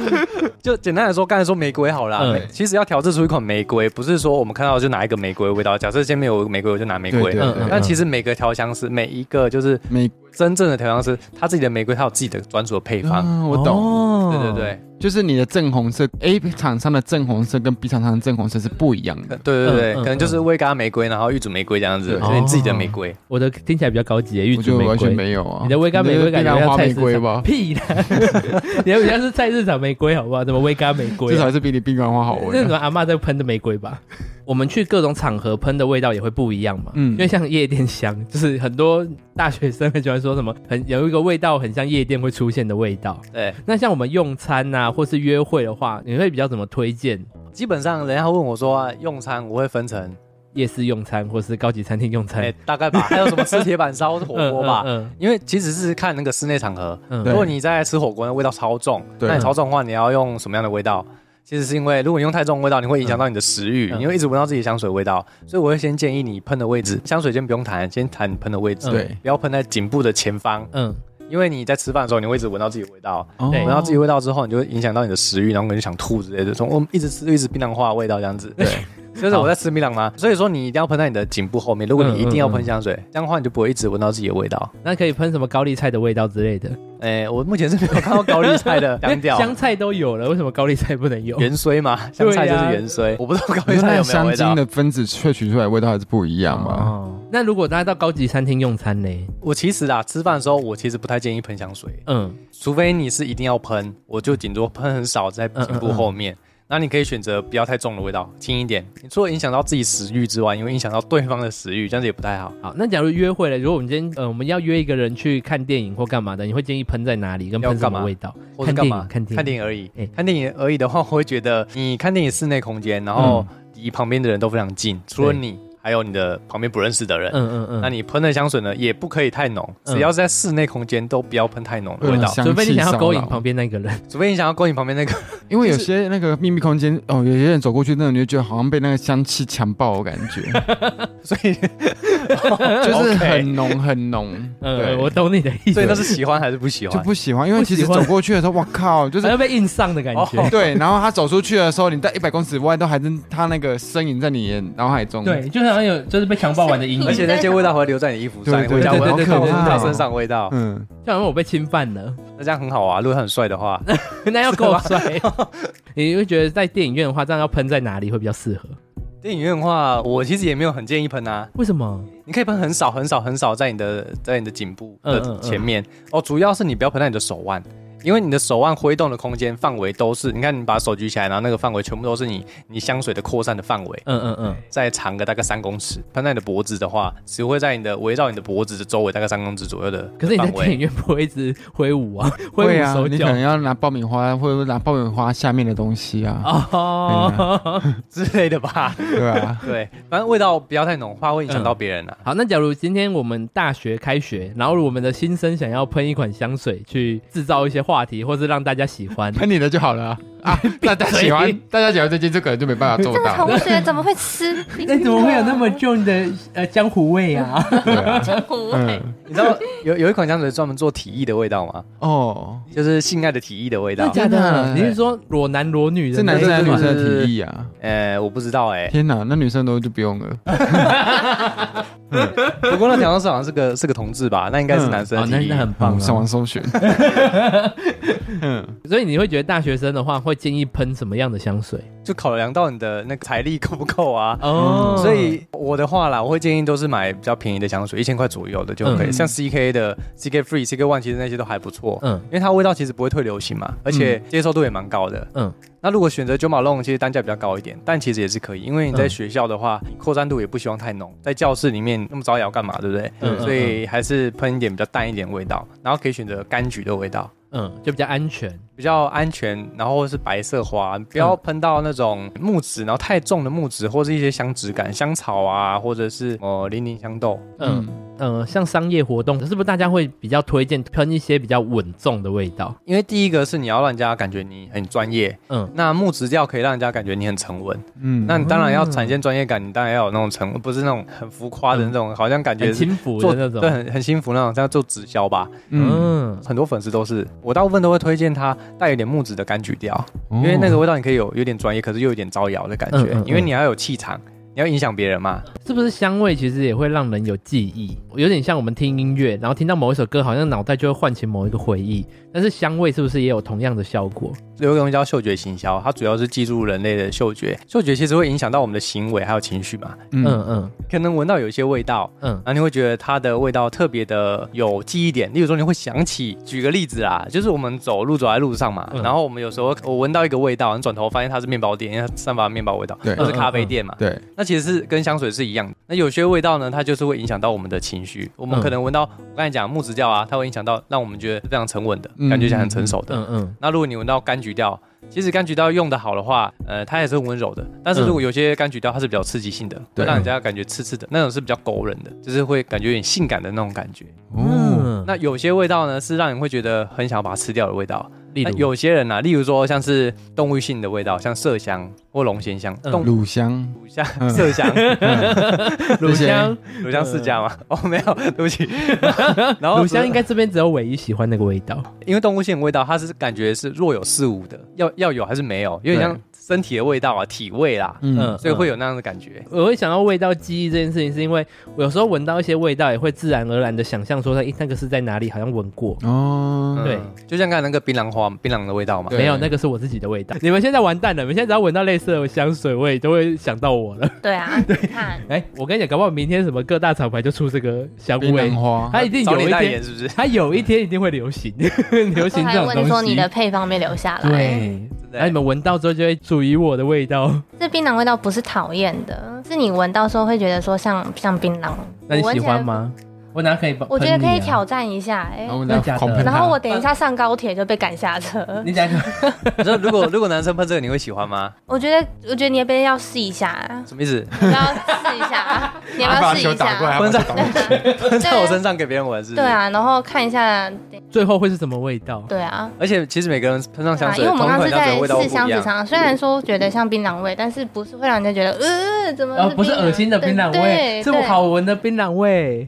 [SPEAKER 2] *laughs* 就简单来说，刚才说玫瑰好啦，
[SPEAKER 1] 嗯
[SPEAKER 2] 其实要调制出一款玫瑰，不是说我们看到就拿一个玫瑰的味道。假设先没有玫瑰，我就拿玫瑰。
[SPEAKER 3] 对对
[SPEAKER 1] 嗯
[SPEAKER 3] 对，
[SPEAKER 2] 但其实每个调香师，每一个就是
[SPEAKER 3] 玫
[SPEAKER 2] 真正的调香师，他自己的玫瑰，他有自己的专属的配方。
[SPEAKER 3] 嗯，我懂，
[SPEAKER 1] 哦
[SPEAKER 2] 对对对，
[SPEAKER 3] 就是你的正红色，A 厂商的正红色跟 B 厂商的正红色是不一样
[SPEAKER 2] 可
[SPEAKER 3] 的。
[SPEAKER 2] 对对对，
[SPEAKER 1] 嗯嗯哦
[SPEAKER 2] 可能就是微嘎玫瑰，然后玉竹玫瑰这样子，
[SPEAKER 3] 对
[SPEAKER 2] 就是你自己的玫瑰。
[SPEAKER 1] 我的听起来比较高级耶，玉
[SPEAKER 3] 我觉
[SPEAKER 1] 竹
[SPEAKER 3] 得我
[SPEAKER 1] 玫
[SPEAKER 3] 完全
[SPEAKER 1] 瑰。
[SPEAKER 3] 没有啊，
[SPEAKER 1] 你的微甘玫瑰感觉
[SPEAKER 3] 就是
[SPEAKER 1] 像
[SPEAKER 3] 花
[SPEAKER 1] 菜
[SPEAKER 3] 玫
[SPEAKER 1] 市
[SPEAKER 3] 瑰
[SPEAKER 1] 场
[SPEAKER 3] 吧，
[SPEAKER 1] 屁啦！ *laughs* 你的比较是菜市场玫瑰好不好？怎么微咖玫瑰
[SPEAKER 3] 至
[SPEAKER 1] 啊、
[SPEAKER 3] 少是比你冰兰花好
[SPEAKER 1] 那是
[SPEAKER 3] 闻
[SPEAKER 1] 什
[SPEAKER 3] 啊。
[SPEAKER 1] 么阿嬷在喷的玫瑰吧？我们去各种场合喷的味道也会不一样嘛。
[SPEAKER 3] 嗯
[SPEAKER 1] 因为像夜店香，就是很多大学生很喜欢说什么，很有一个味道很像夜店会出现的味道。
[SPEAKER 2] 对，
[SPEAKER 1] 那像我们用餐呐、或是约会的话，你会比较怎么推荐
[SPEAKER 2] 基本上人家问我说、啊用餐，我会分成，
[SPEAKER 1] 夜市用餐或是高级餐厅用餐？
[SPEAKER 2] 哎，大概吧。还有什么吃铁板烧、火锅哎吧，
[SPEAKER 1] 嗯
[SPEAKER 2] 因为其实是看那个室内场合。
[SPEAKER 1] 嗯
[SPEAKER 3] 对
[SPEAKER 2] 如果你在吃火锅，那味道超重，
[SPEAKER 3] 对
[SPEAKER 2] 那你超重的话，你要用什么样的味道？其实是因为，如果你用太重的味道，你会影响到你的食欲，
[SPEAKER 1] 嗯
[SPEAKER 2] 你会一直闻到自己的香水味道。所以我会先建议你喷的位置，香水先不用弹，先弹喷的位置，
[SPEAKER 1] 嗯
[SPEAKER 3] 对，
[SPEAKER 2] 不要喷在颈部的前方，
[SPEAKER 1] 嗯，
[SPEAKER 2] 因为你在吃饭的时候，你会一直闻到自己的味道，
[SPEAKER 3] 哦
[SPEAKER 1] 对
[SPEAKER 2] 闻到自己的味道之后，你就会影响到你的食欲，然后你就想吐之类的。从我们一直吃一直槟榔花的味道这样子，
[SPEAKER 3] 对，
[SPEAKER 2] 就是我在吃槟榔吗？所以说你一定要喷在你的颈部后面。如果你
[SPEAKER 3] 嗯
[SPEAKER 2] 一定要喷香水，这样的话你就不会一直闻到自己的味道。
[SPEAKER 1] 那可以喷什么高丽菜的味道之类的，
[SPEAKER 2] 哎，我目前是没有看到高丽菜的
[SPEAKER 3] *laughs*
[SPEAKER 2] 香调。 *laughs*
[SPEAKER 1] 香菜都有了，为什么高丽菜不能有？
[SPEAKER 2] 元衰嘛，香菜就是元衰，我不知道高
[SPEAKER 3] 你
[SPEAKER 2] 丽菜有
[SPEAKER 3] 说它的
[SPEAKER 2] 没有
[SPEAKER 3] 香
[SPEAKER 2] 味
[SPEAKER 3] 精
[SPEAKER 2] 道。
[SPEAKER 3] 的分子萃取出来的味道还是不一样嘛。
[SPEAKER 1] 哦，那如果大家到高级餐厅用餐呢？
[SPEAKER 2] 我其实啊，吃饭的时候我其实不太建议喷香水，
[SPEAKER 1] 嗯，
[SPEAKER 2] 除非你是一定要喷，我就顶多喷很少在颈部后
[SPEAKER 1] 嗯
[SPEAKER 2] 面。那你可以选择不要太重的味道，轻一点。你除了影响到自己食欲之外，你会影响到对方的食欲，这样子也不太好。
[SPEAKER 1] 好，那假如约会了，如果我们今天呃我们要约一个人去看电影或干嘛的，你会建议喷在哪里，跟喷什么味道？
[SPEAKER 2] 或者干嘛？
[SPEAKER 1] 看电影看电影
[SPEAKER 2] 看电影而已
[SPEAKER 1] 哎。
[SPEAKER 2] 看电影
[SPEAKER 1] 嗯
[SPEAKER 2] 而已的话，我会觉得你看电影室内空间，然后离旁边的人都非常近，除了你，还有你的旁边不认识的人。
[SPEAKER 1] 嗯嗯嗯，
[SPEAKER 2] 那你喷的香水呢，也不可以太浓，
[SPEAKER 1] 嗯
[SPEAKER 2] 只要是在室内空间都不要喷太浓的
[SPEAKER 3] 对
[SPEAKER 2] 味
[SPEAKER 3] 啊
[SPEAKER 2] 道，
[SPEAKER 3] 香
[SPEAKER 1] 除非你
[SPEAKER 3] 气
[SPEAKER 1] 想要
[SPEAKER 3] 骚
[SPEAKER 1] 勾引
[SPEAKER 3] 扰
[SPEAKER 1] 旁边那个人，
[SPEAKER 2] 除非你想要勾引旁边那个。
[SPEAKER 3] 因为有些那个秘密空间哦，有些人走过去，那种你就觉得好像被那个香气强暴的感觉，
[SPEAKER 2] 所
[SPEAKER 1] *laughs*
[SPEAKER 2] 以
[SPEAKER 3] 就是很
[SPEAKER 2] OK
[SPEAKER 3] 浓很浓。对，
[SPEAKER 1] 嗯，我懂你的意
[SPEAKER 2] 所
[SPEAKER 1] 思，
[SPEAKER 2] 以那是喜欢还是不喜
[SPEAKER 3] 就
[SPEAKER 2] 欢？
[SPEAKER 3] 不喜欢，因为
[SPEAKER 1] 不
[SPEAKER 3] 其
[SPEAKER 1] 喜
[SPEAKER 3] 实
[SPEAKER 1] 欢
[SPEAKER 3] 走过去的时候，哇靠，就是
[SPEAKER 1] 好像被硬上的感觉
[SPEAKER 2] 哦。
[SPEAKER 3] *laughs* 对，然后他走出去的时候，你在一百公尺外都还是他那个身影在你眼脑海中。
[SPEAKER 1] 对，就好像有就是被强暴完的阴影，
[SPEAKER 2] 而且那些味道还会留在你衣服上，
[SPEAKER 3] 对
[SPEAKER 2] 你回家
[SPEAKER 1] 对对
[SPEAKER 2] 闻到
[SPEAKER 1] 对对对
[SPEAKER 2] 闻到
[SPEAKER 3] 对
[SPEAKER 2] 身上的味道，
[SPEAKER 3] 嗯，
[SPEAKER 1] 就好像我被侵犯了， *laughs*
[SPEAKER 2] 那这样很好啊。如果他很帅的话， *laughs*
[SPEAKER 1] 那要够帅。哎 *laughs* 你会觉得在电影院的话，这样要喷在哪里会比较适合？
[SPEAKER 2] 电影院的话，我其实也没有很建议喷啊。
[SPEAKER 1] 为什么？
[SPEAKER 2] 你可以喷很少很少很少，在你的在你的颈部
[SPEAKER 1] 嗯嗯
[SPEAKER 2] 的
[SPEAKER 1] 嗯
[SPEAKER 2] 前面哦，主要是你不要喷到你的手腕。因为你的手腕挥动的空间范围都是，你看你把手举起来，然后那个范围全部都是你你香水的扩散的范围，
[SPEAKER 1] 嗯嗯嗯，
[SPEAKER 2] 再长个大概三公尺。喷在你的脖子的话，只会在你的围绕你的脖子的周围大概三公尺左右的
[SPEAKER 1] 可是你在
[SPEAKER 2] 范
[SPEAKER 1] 电
[SPEAKER 2] 围 *laughs*
[SPEAKER 1] 影。院不会一直挥舞
[SPEAKER 3] *laughs*
[SPEAKER 1] 啊，挥
[SPEAKER 3] 会
[SPEAKER 1] 舞
[SPEAKER 3] 啊
[SPEAKER 1] 手，
[SPEAKER 3] 你可能
[SPEAKER 1] 脚
[SPEAKER 3] 要拿爆米花，或者拿爆米花下面的东西啊， *laughs*
[SPEAKER 1] 哦。
[SPEAKER 2] 之类的
[SPEAKER 1] *laughs*
[SPEAKER 2] 吧。*laughs*
[SPEAKER 3] 对啊，
[SPEAKER 2] 对，反正味道不要太浓，怕会影响
[SPEAKER 1] 嗯
[SPEAKER 2] 到别人啊。
[SPEAKER 1] 好，那假如今天我们大学开学，然后我们的新生想要喷一款香水去制造一些话题，或是让大家喜欢，
[SPEAKER 3] 喷你的就好了啊啊。大家喜欢，大家喜欢这件，这个就没办法做
[SPEAKER 4] 这个 *laughs*
[SPEAKER 3] 到。
[SPEAKER 4] 同学怎么会吃？
[SPEAKER 1] *laughs* *laughs* 那怎么会有那么重的呃江湖味
[SPEAKER 3] *laughs*
[SPEAKER 1] 啊？
[SPEAKER 3] 对啊，
[SPEAKER 4] 苦 *laughs* 味？
[SPEAKER 3] 嗯，
[SPEAKER 2] 你知道有有一款香水专门做体液的味道吗？
[SPEAKER 3] 哦，
[SPEAKER 2] 就是性爱的体液的味
[SPEAKER 1] 真
[SPEAKER 2] 道
[SPEAKER 1] 的。假的？
[SPEAKER 3] 真的啊
[SPEAKER 1] 你是说裸男裸女的？
[SPEAKER 3] 是男生还是女生的提议啊？
[SPEAKER 2] 呃，我不知道哎、
[SPEAKER 3] 天哪，那女生都就不用了。
[SPEAKER 2] *laughs* 不过那调香师好像是个是个同志吧，那应该是男生
[SPEAKER 1] 哦，
[SPEAKER 2] 的
[SPEAKER 1] 那
[SPEAKER 2] 体液。
[SPEAKER 1] 那很棒
[SPEAKER 3] 嗯上
[SPEAKER 1] 啊。
[SPEAKER 3] 网搜
[SPEAKER 1] *laughs*
[SPEAKER 3] 寻。嗯，
[SPEAKER 1] 所以你会觉得大学生的话，会建议喷什么样的香水？
[SPEAKER 2] 就考量到你的那个财力够不够 *laughs* 啊。
[SPEAKER 3] 嗯
[SPEAKER 1] 哦
[SPEAKER 2] 所以我的话啦，我会建议都是买比较便宜的香水，一千块左右的就可以。
[SPEAKER 3] 嗯
[SPEAKER 2] 像 CK 的 CK Free、CK One，其实那些都还不错。
[SPEAKER 1] 嗯
[SPEAKER 2] 因为它味道其实不会退流行嘛，而且接受度也蛮高的。
[SPEAKER 1] 嗯，
[SPEAKER 2] 那如果选择九马龙，其实单价比较高一点，但其实也是可以，因为你在学校的话，你扩散度也不希望太浓，在教室里面那么早也要干嘛，对不对？
[SPEAKER 1] 嗯
[SPEAKER 2] 所以还是喷一点比较淡一点的味道，然后可以选择柑橘的味道。
[SPEAKER 1] 嗯，就比较安全。
[SPEAKER 2] 比较安全，然后是白色花，
[SPEAKER 1] 嗯
[SPEAKER 2] 不要喷到那种木质，然后太重的木质，或是一些香脂感、香草啊，或者是呃零零香豆。
[SPEAKER 1] 嗯嗯、呃像商业活动，是不是大家会比较推荐喷一些比较稳重的味道？
[SPEAKER 2] 因为第一个是你要让人家感觉你很专业，
[SPEAKER 1] 嗯，
[SPEAKER 2] 那木质调可以让人家感觉你很沉稳，
[SPEAKER 3] 嗯，
[SPEAKER 2] 那你当然要展现专业感，你当然要有那种成，不是那种很浮夸的那种，好像感觉
[SPEAKER 1] 很
[SPEAKER 2] 是
[SPEAKER 1] 轻浮
[SPEAKER 2] 做
[SPEAKER 1] 的那种。
[SPEAKER 2] 对，很很幸福那种，这样做直销吧。
[SPEAKER 3] 嗯，
[SPEAKER 1] 嗯，
[SPEAKER 2] 很多粉丝都是，我大部分都会推荐它带有点木质的柑橘调，
[SPEAKER 1] 嗯
[SPEAKER 2] 因为
[SPEAKER 3] 哦
[SPEAKER 2] 那个味道你可以有有点专业，可是又有点招摇的感觉
[SPEAKER 1] 哦嗯嗯，嗯
[SPEAKER 2] 因为你要有气场，你要影响别人嘛。
[SPEAKER 1] 是不是香味其实也会让人有记忆？有点像我们听音乐，然后听到某一首歌，好像脑袋就会唤起某一个回忆。但是香味是不是也有同样的效果？
[SPEAKER 2] 有一个东西叫嗅觉行销，它主要是记住人类的嗅觉，嗅觉其实会影响到我们的行为还有情绪嘛。
[SPEAKER 1] 嗯
[SPEAKER 3] 嗯
[SPEAKER 1] 嗯
[SPEAKER 2] 可能闻到有一些味道，
[SPEAKER 1] 嗯
[SPEAKER 2] 然后你会觉得它的味道特别的有记忆点，例如说你会想起，举个例子啊，就是我们走路走在路上嘛，
[SPEAKER 1] 嗯
[SPEAKER 2] 然后我们有时候我闻到一个味道，你转头发现它是面包店，因为它散发面包味道，
[SPEAKER 3] 对
[SPEAKER 2] 或是
[SPEAKER 1] 嗯
[SPEAKER 2] 咖啡店嘛，
[SPEAKER 3] 对，
[SPEAKER 2] 那其实是跟香水是一样的。那有些味道呢，它就是会影响到我们的情绪，我们
[SPEAKER 1] 嗯
[SPEAKER 2] 可能闻到我刚才讲木质调啊，它会影响到让我们觉得非常沉稳的
[SPEAKER 3] 嗯
[SPEAKER 2] 感觉，像很成熟的。
[SPEAKER 1] 嗯嗯，
[SPEAKER 2] 那如果你闻到柑橘调，其实柑橘调用的好的话，呃，它也是很温柔的。但是如果有些柑橘调，它是比较刺激性的，会
[SPEAKER 3] 对
[SPEAKER 2] 让人家感觉刺刺的，那种是比较勾人的，就是会感觉有点性感的那种感觉。
[SPEAKER 3] 哦，
[SPEAKER 1] 嗯，
[SPEAKER 2] 那有些味道呢，是让人会觉得很想把它吃掉的味道。
[SPEAKER 1] 例
[SPEAKER 2] 那
[SPEAKER 1] 如
[SPEAKER 2] 有些人啊，例如说像是动物性的味道，像麝香或龙涎香，
[SPEAKER 1] 嗯
[SPEAKER 2] 动物
[SPEAKER 3] 乳香，
[SPEAKER 2] 像
[SPEAKER 3] 嗯
[SPEAKER 2] 麝香、
[SPEAKER 1] *laughs*
[SPEAKER 3] 嗯
[SPEAKER 1] 乳香，
[SPEAKER 2] *laughs* 乳香世家嘛？哦，没 *laughs* 有，对不起。然后呃
[SPEAKER 1] 乳香应该这边只有尾一喜欢那个味道。
[SPEAKER 2] 因为动物性的味道，它是感觉是若有似无的，要要有还是没有，有点像身体的味道啊，体味啦，
[SPEAKER 1] 嗯
[SPEAKER 3] 嗯，
[SPEAKER 2] 所以会有那样的感觉。
[SPEAKER 1] 我会想到味道记忆这件事情，是因为我有时候闻到一些味道，也会自然而然的想象说，哎诶，那个是在哪里，好像闻过。
[SPEAKER 3] 哦，
[SPEAKER 1] 对
[SPEAKER 2] 嗯，就像刚才那个槟榔花、槟榔的味道嘛。
[SPEAKER 3] 对
[SPEAKER 1] 没有，那个是我自己的味道。你们现在完蛋了！你们现在只要闻到类似的香水味，都会想到我
[SPEAKER 2] *laughs*
[SPEAKER 1] 了。
[SPEAKER 4] 对啊，你看
[SPEAKER 1] 哎、我跟你讲，搞不好明天什么各大厂牌就出这个香
[SPEAKER 3] 槟
[SPEAKER 1] 味
[SPEAKER 3] 榔，花，
[SPEAKER 1] 它一定
[SPEAKER 2] 找
[SPEAKER 1] 有
[SPEAKER 2] 你
[SPEAKER 1] 一
[SPEAKER 2] 代
[SPEAKER 1] 天，
[SPEAKER 2] 言是不是？
[SPEAKER 1] 它有一天一定会流行， *laughs* 流
[SPEAKER 4] 都
[SPEAKER 1] 行这
[SPEAKER 4] 还
[SPEAKER 1] 种
[SPEAKER 4] 问说
[SPEAKER 1] 东
[SPEAKER 4] 你
[SPEAKER 1] 西
[SPEAKER 4] 的。配方没留下
[SPEAKER 2] 哎
[SPEAKER 4] 来，
[SPEAKER 1] 对，
[SPEAKER 2] 对
[SPEAKER 1] 然后你们闻到之后就会属于我的味道。
[SPEAKER 4] 这槟榔味道不是讨厌的，是你闻到时候会觉得说像像槟榔。
[SPEAKER 1] 那你
[SPEAKER 4] 我闻
[SPEAKER 1] 喜
[SPEAKER 4] 起来
[SPEAKER 1] 欢吗？我我哪可以帮？
[SPEAKER 4] 我觉得
[SPEAKER 1] 喷
[SPEAKER 4] 可以
[SPEAKER 1] 你啊
[SPEAKER 4] 挑战一下，哎、
[SPEAKER 3] 然后我
[SPEAKER 1] 真的
[SPEAKER 3] 们
[SPEAKER 1] 假的
[SPEAKER 3] 狂喷
[SPEAKER 4] 然后
[SPEAKER 3] 他
[SPEAKER 4] 我，等一下上高铁就被赶下车。
[SPEAKER 1] 你讲一下，
[SPEAKER 2] *laughs* 你说如果如果男生喷这个，你会喜欢吗？
[SPEAKER 4] 我觉得，我觉得你那边要试一下，啊
[SPEAKER 2] 什么意思？
[SPEAKER 4] 你要试一下，你要不要试
[SPEAKER 2] 喷
[SPEAKER 3] 把
[SPEAKER 4] 一下？
[SPEAKER 3] 球
[SPEAKER 2] 在
[SPEAKER 3] 打过来
[SPEAKER 2] 喷在我身上给别人闻，是不
[SPEAKER 4] 对
[SPEAKER 2] 是？。
[SPEAKER 4] 啊，然后看一下，
[SPEAKER 1] 最后会是什么味道？
[SPEAKER 4] 对啊，
[SPEAKER 2] 而且其实每个人喷上
[SPEAKER 4] 对
[SPEAKER 2] 香
[SPEAKER 4] 啊，因
[SPEAKER 2] 水，
[SPEAKER 4] 为我
[SPEAKER 2] 同
[SPEAKER 4] 们
[SPEAKER 2] 一
[SPEAKER 4] 刚
[SPEAKER 2] 款香水
[SPEAKER 4] 刚是在
[SPEAKER 2] 味道
[SPEAKER 4] 试
[SPEAKER 2] 都不
[SPEAKER 4] 香
[SPEAKER 2] 一
[SPEAKER 4] 纸
[SPEAKER 2] 样。
[SPEAKER 4] 上，虽然说觉得像槟榔味，但是不是会让人家觉得，呃，怎么
[SPEAKER 1] 然后哦不是恶心的槟榔味，这
[SPEAKER 4] 这
[SPEAKER 1] 么好闻的槟榔味，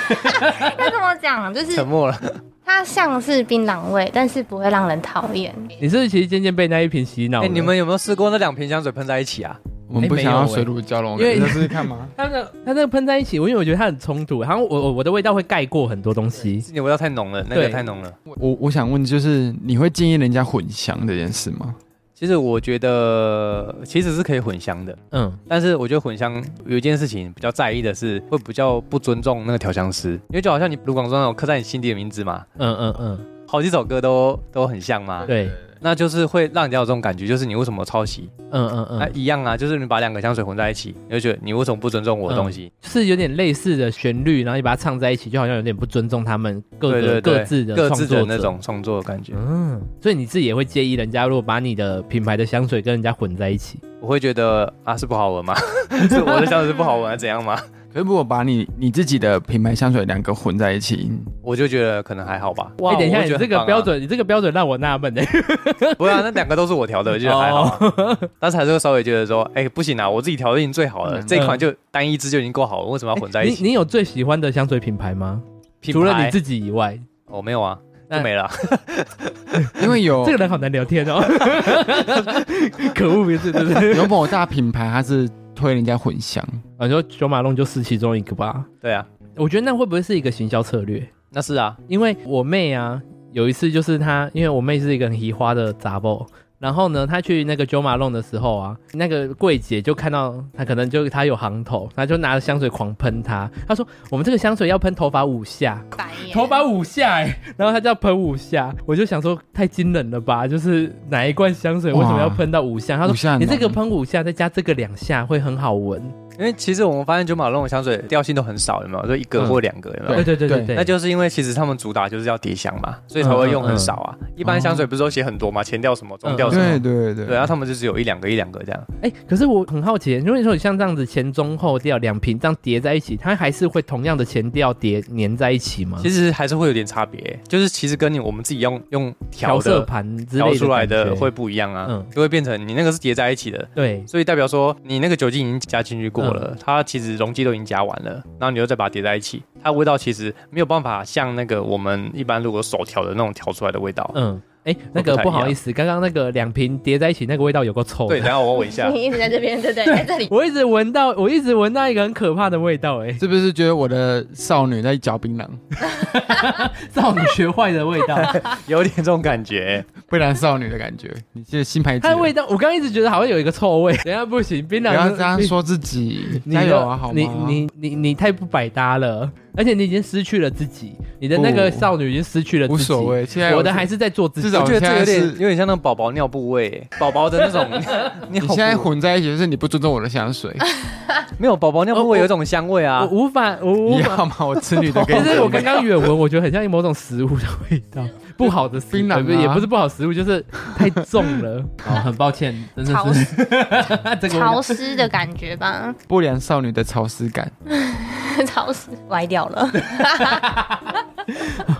[SPEAKER 4] 要怎么讲？就是
[SPEAKER 2] 沉默了，
[SPEAKER 4] 它像是槟榔味，但是不会让人讨厌。
[SPEAKER 1] 你是不是其实渐渐被那一瓶洗脑
[SPEAKER 2] 哎、
[SPEAKER 1] 了？
[SPEAKER 2] 你们有没有试过那两瓶香水喷在一起啊？
[SPEAKER 3] 我们不想要水乳交融，
[SPEAKER 1] 哎没有欸
[SPEAKER 3] 你要试试看吗？
[SPEAKER 1] 它的它那个喷在一起，我因为我觉得它很冲突，好像我我我的味道会盖过很多东西。
[SPEAKER 2] 是你味道太浓了，那
[SPEAKER 1] 对
[SPEAKER 2] 个太浓了。
[SPEAKER 3] 我我想问，就是你会建议人家混香这件事吗？
[SPEAKER 2] 其实我觉得其实是可以混香的，
[SPEAKER 1] 嗯，
[SPEAKER 2] 但是我觉得混香有一件事情比较在意的是，会比较不尊重那个调香师，因为就好像你卢广仲那种刻在你心底的名字嘛，
[SPEAKER 1] 嗯嗯嗯，
[SPEAKER 2] 好几首歌都都很像嘛，
[SPEAKER 1] 对，
[SPEAKER 2] 那就是会让人家有这种感觉，就是你为什么抄袭？
[SPEAKER 1] 嗯嗯
[SPEAKER 2] 那、
[SPEAKER 1] 嗯，
[SPEAKER 2] 一样啊，就是你把两个香水混在一起，你就觉得你为什么不尊重我的东西？
[SPEAKER 1] 就是有点类似的旋律，然后你把它唱在一起，就好像有点不尊重他们各个
[SPEAKER 2] 嗯对对对
[SPEAKER 1] 各自的
[SPEAKER 2] 各
[SPEAKER 1] 创
[SPEAKER 2] 自
[SPEAKER 1] 作
[SPEAKER 2] 的
[SPEAKER 1] 者
[SPEAKER 2] 那。种创作的感觉，
[SPEAKER 1] 嗯，所以你自己也会介意人家如果把你的品牌的香水跟人家混在一起，
[SPEAKER 2] 我会觉得啊是不好闻吗？ *laughs* 是我的香水是不好闻、啊、怎样吗？
[SPEAKER 3] 可是如果把你你自己的品牌香水两个混在一起，
[SPEAKER 2] 我就觉得可能还好吧。
[SPEAKER 1] 哎、等一下，
[SPEAKER 2] 我
[SPEAKER 1] 你
[SPEAKER 2] 觉得
[SPEAKER 1] 这
[SPEAKER 2] 很棒
[SPEAKER 1] 个
[SPEAKER 2] 啊
[SPEAKER 1] 标，
[SPEAKER 2] *laughs*
[SPEAKER 1] 准，你这个标准让我纳闷的。
[SPEAKER 2] 不是啊，那两个都是我调的，我觉得还好
[SPEAKER 1] *laughs*
[SPEAKER 2] *laughs* 啊。但是还是会稍微觉得说，哎、不行啊，我自己调的已经最好了，
[SPEAKER 3] 嗯
[SPEAKER 2] 这一款就单一支就已经够好了，为什么要混在一起？
[SPEAKER 1] 哎你你有最喜欢的香水品牌吗？
[SPEAKER 2] 品
[SPEAKER 1] 除了
[SPEAKER 2] 牌
[SPEAKER 1] 你自己以外，
[SPEAKER 2] 哦，没有啊，
[SPEAKER 1] 那
[SPEAKER 2] 就没了。
[SPEAKER 3] 因为有
[SPEAKER 1] 这个人好难聊天哦。 *laughs* 可恶，名字对不对？
[SPEAKER 3] 有某大品牌，它是推人家混香，
[SPEAKER 1] 啊，你说九马龙就是其中一个吧？
[SPEAKER 2] 对啊，
[SPEAKER 1] 我觉得那会不会是一个行销策略？
[SPEAKER 2] 那是啊，
[SPEAKER 1] 因为我妹啊，有一次就是她，因为我妹是一个很移花的杂包。然后呢，她去那个九马弄的时候啊，那个柜姐就看到她，可能就她有行头，她就拿着香水狂喷她。她说：“我们这个香水要喷头发五下，
[SPEAKER 4] 白眼，
[SPEAKER 1] 头发五下、欸。”然后她就要喷五下，我就想说太惊人了吧？就是哪一罐香水为什么要喷到五下？她
[SPEAKER 3] 五
[SPEAKER 1] 说
[SPEAKER 3] 下：“很
[SPEAKER 1] 你这个
[SPEAKER 3] 浓啊
[SPEAKER 1] 喷五下，再加这个两下会很好闻。
[SPEAKER 2] 因为其实我们发现九马龙的香水调性都很少，有没有？就一个
[SPEAKER 1] 嗯
[SPEAKER 2] 或两个，有”没有？
[SPEAKER 1] 对对对对
[SPEAKER 3] 对
[SPEAKER 1] 对，
[SPEAKER 2] 那就是因为其实他们主打就是要叠香嘛，所以才
[SPEAKER 1] 嗯
[SPEAKER 2] 会用很少啊。一般香水不是都写很多嘛，前调什么，中调什么，
[SPEAKER 3] 对对
[SPEAKER 2] 对，
[SPEAKER 3] 对
[SPEAKER 1] 啊
[SPEAKER 2] 然后他们就只有一两个一两个这样。
[SPEAKER 1] 哎、可是我很好奇，如果你说你像这样子前中后调两瓶这样叠在一起，它还是会同样的前调叠粘在一起吗？
[SPEAKER 2] 其实还是会有点差别、就是其实跟你我们自己用用调
[SPEAKER 1] 调色
[SPEAKER 2] 的
[SPEAKER 1] 盘之类
[SPEAKER 2] 调
[SPEAKER 1] 的
[SPEAKER 2] 出来的
[SPEAKER 1] 感觉
[SPEAKER 2] 会不一样啊，
[SPEAKER 1] 嗯
[SPEAKER 2] 就会变成你那个是叠在一起的，
[SPEAKER 1] 对，
[SPEAKER 2] 所以代表说你那个酒精已经加进去过了，它其实容积都已经加完了，然后你又再把它叠在一起，它味道其实没有办法像那个我们一般如果手调的那种调出来的味道。
[SPEAKER 1] 嗯，哎、那个
[SPEAKER 2] 会不太
[SPEAKER 1] 不好
[SPEAKER 2] 一样
[SPEAKER 1] 意思，刚刚那个两瓶叠在一起那个味道有够臭
[SPEAKER 2] 对，
[SPEAKER 1] 的，
[SPEAKER 2] 等一下我闻一下
[SPEAKER 4] *laughs* 你一直在这边，对不对？在这里，
[SPEAKER 1] 我一直闻到，我一直闻到一个很可怕的味道、哎，
[SPEAKER 3] 是不是觉得我的少女在嚼槟榔？
[SPEAKER 1] 少女学坏的味
[SPEAKER 3] *laughs*
[SPEAKER 1] 道，
[SPEAKER 2] 有点这种感觉、
[SPEAKER 3] 不然少女的感觉，你这新牌子
[SPEAKER 1] 它的，味道，我刚刚一直觉得好像有一个臭味，等一下不行，槟
[SPEAKER 3] 不
[SPEAKER 1] 榔
[SPEAKER 3] 要啊这样说自己，
[SPEAKER 1] 你
[SPEAKER 3] 加
[SPEAKER 1] 的
[SPEAKER 3] 油啊，好吗？
[SPEAKER 1] 你你你你太不百搭了，而且你已经失去了自己，你的那个
[SPEAKER 3] 不
[SPEAKER 1] 少女已经失去了自己，
[SPEAKER 3] 无所谓，现在
[SPEAKER 1] 我的还是在做自己，
[SPEAKER 3] 至少
[SPEAKER 2] 我觉得这个有
[SPEAKER 3] 现
[SPEAKER 2] 点
[SPEAKER 3] 在是
[SPEAKER 2] 有点像那种宝宝尿布味、宝宝的那种
[SPEAKER 3] 你
[SPEAKER 2] 尿布。
[SPEAKER 3] 现在混在一起，就是你不尊重我的香水，
[SPEAKER 2] 没有宝宝尿布味有一种香味啊
[SPEAKER 1] 我，无法， *laughs* 我无
[SPEAKER 3] 你
[SPEAKER 1] 法。
[SPEAKER 3] *laughs* 要吗？我吃
[SPEAKER 1] *laughs*
[SPEAKER 3] 你的给
[SPEAKER 1] 其
[SPEAKER 3] 你，
[SPEAKER 1] 实我刚刚远闻，我觉得很像某种食物的味
[SPEAKER 3] *laughs*
[SPEAKER 1] 道，不好的食物
[SPEAKER 3] 槟榔啊
[SPEAKER 1] 不是也不是不好食物，就是太重
[SPEAKER 3] *laughs*
[SPEAKER 1] 了。好，很抱歉，真的
[SPEAKER 4] 潮
[SPEAKER 1] 是 *laughs* 这个味
[SPEAKER 4] 潮
[SPEAKER 1] 道
[SPEAKER 4] 湿的感觉吧，
[SPEAKER 3] 不良少女的潮湿感，
[SPEAKER 4] 潮湿歪掉了。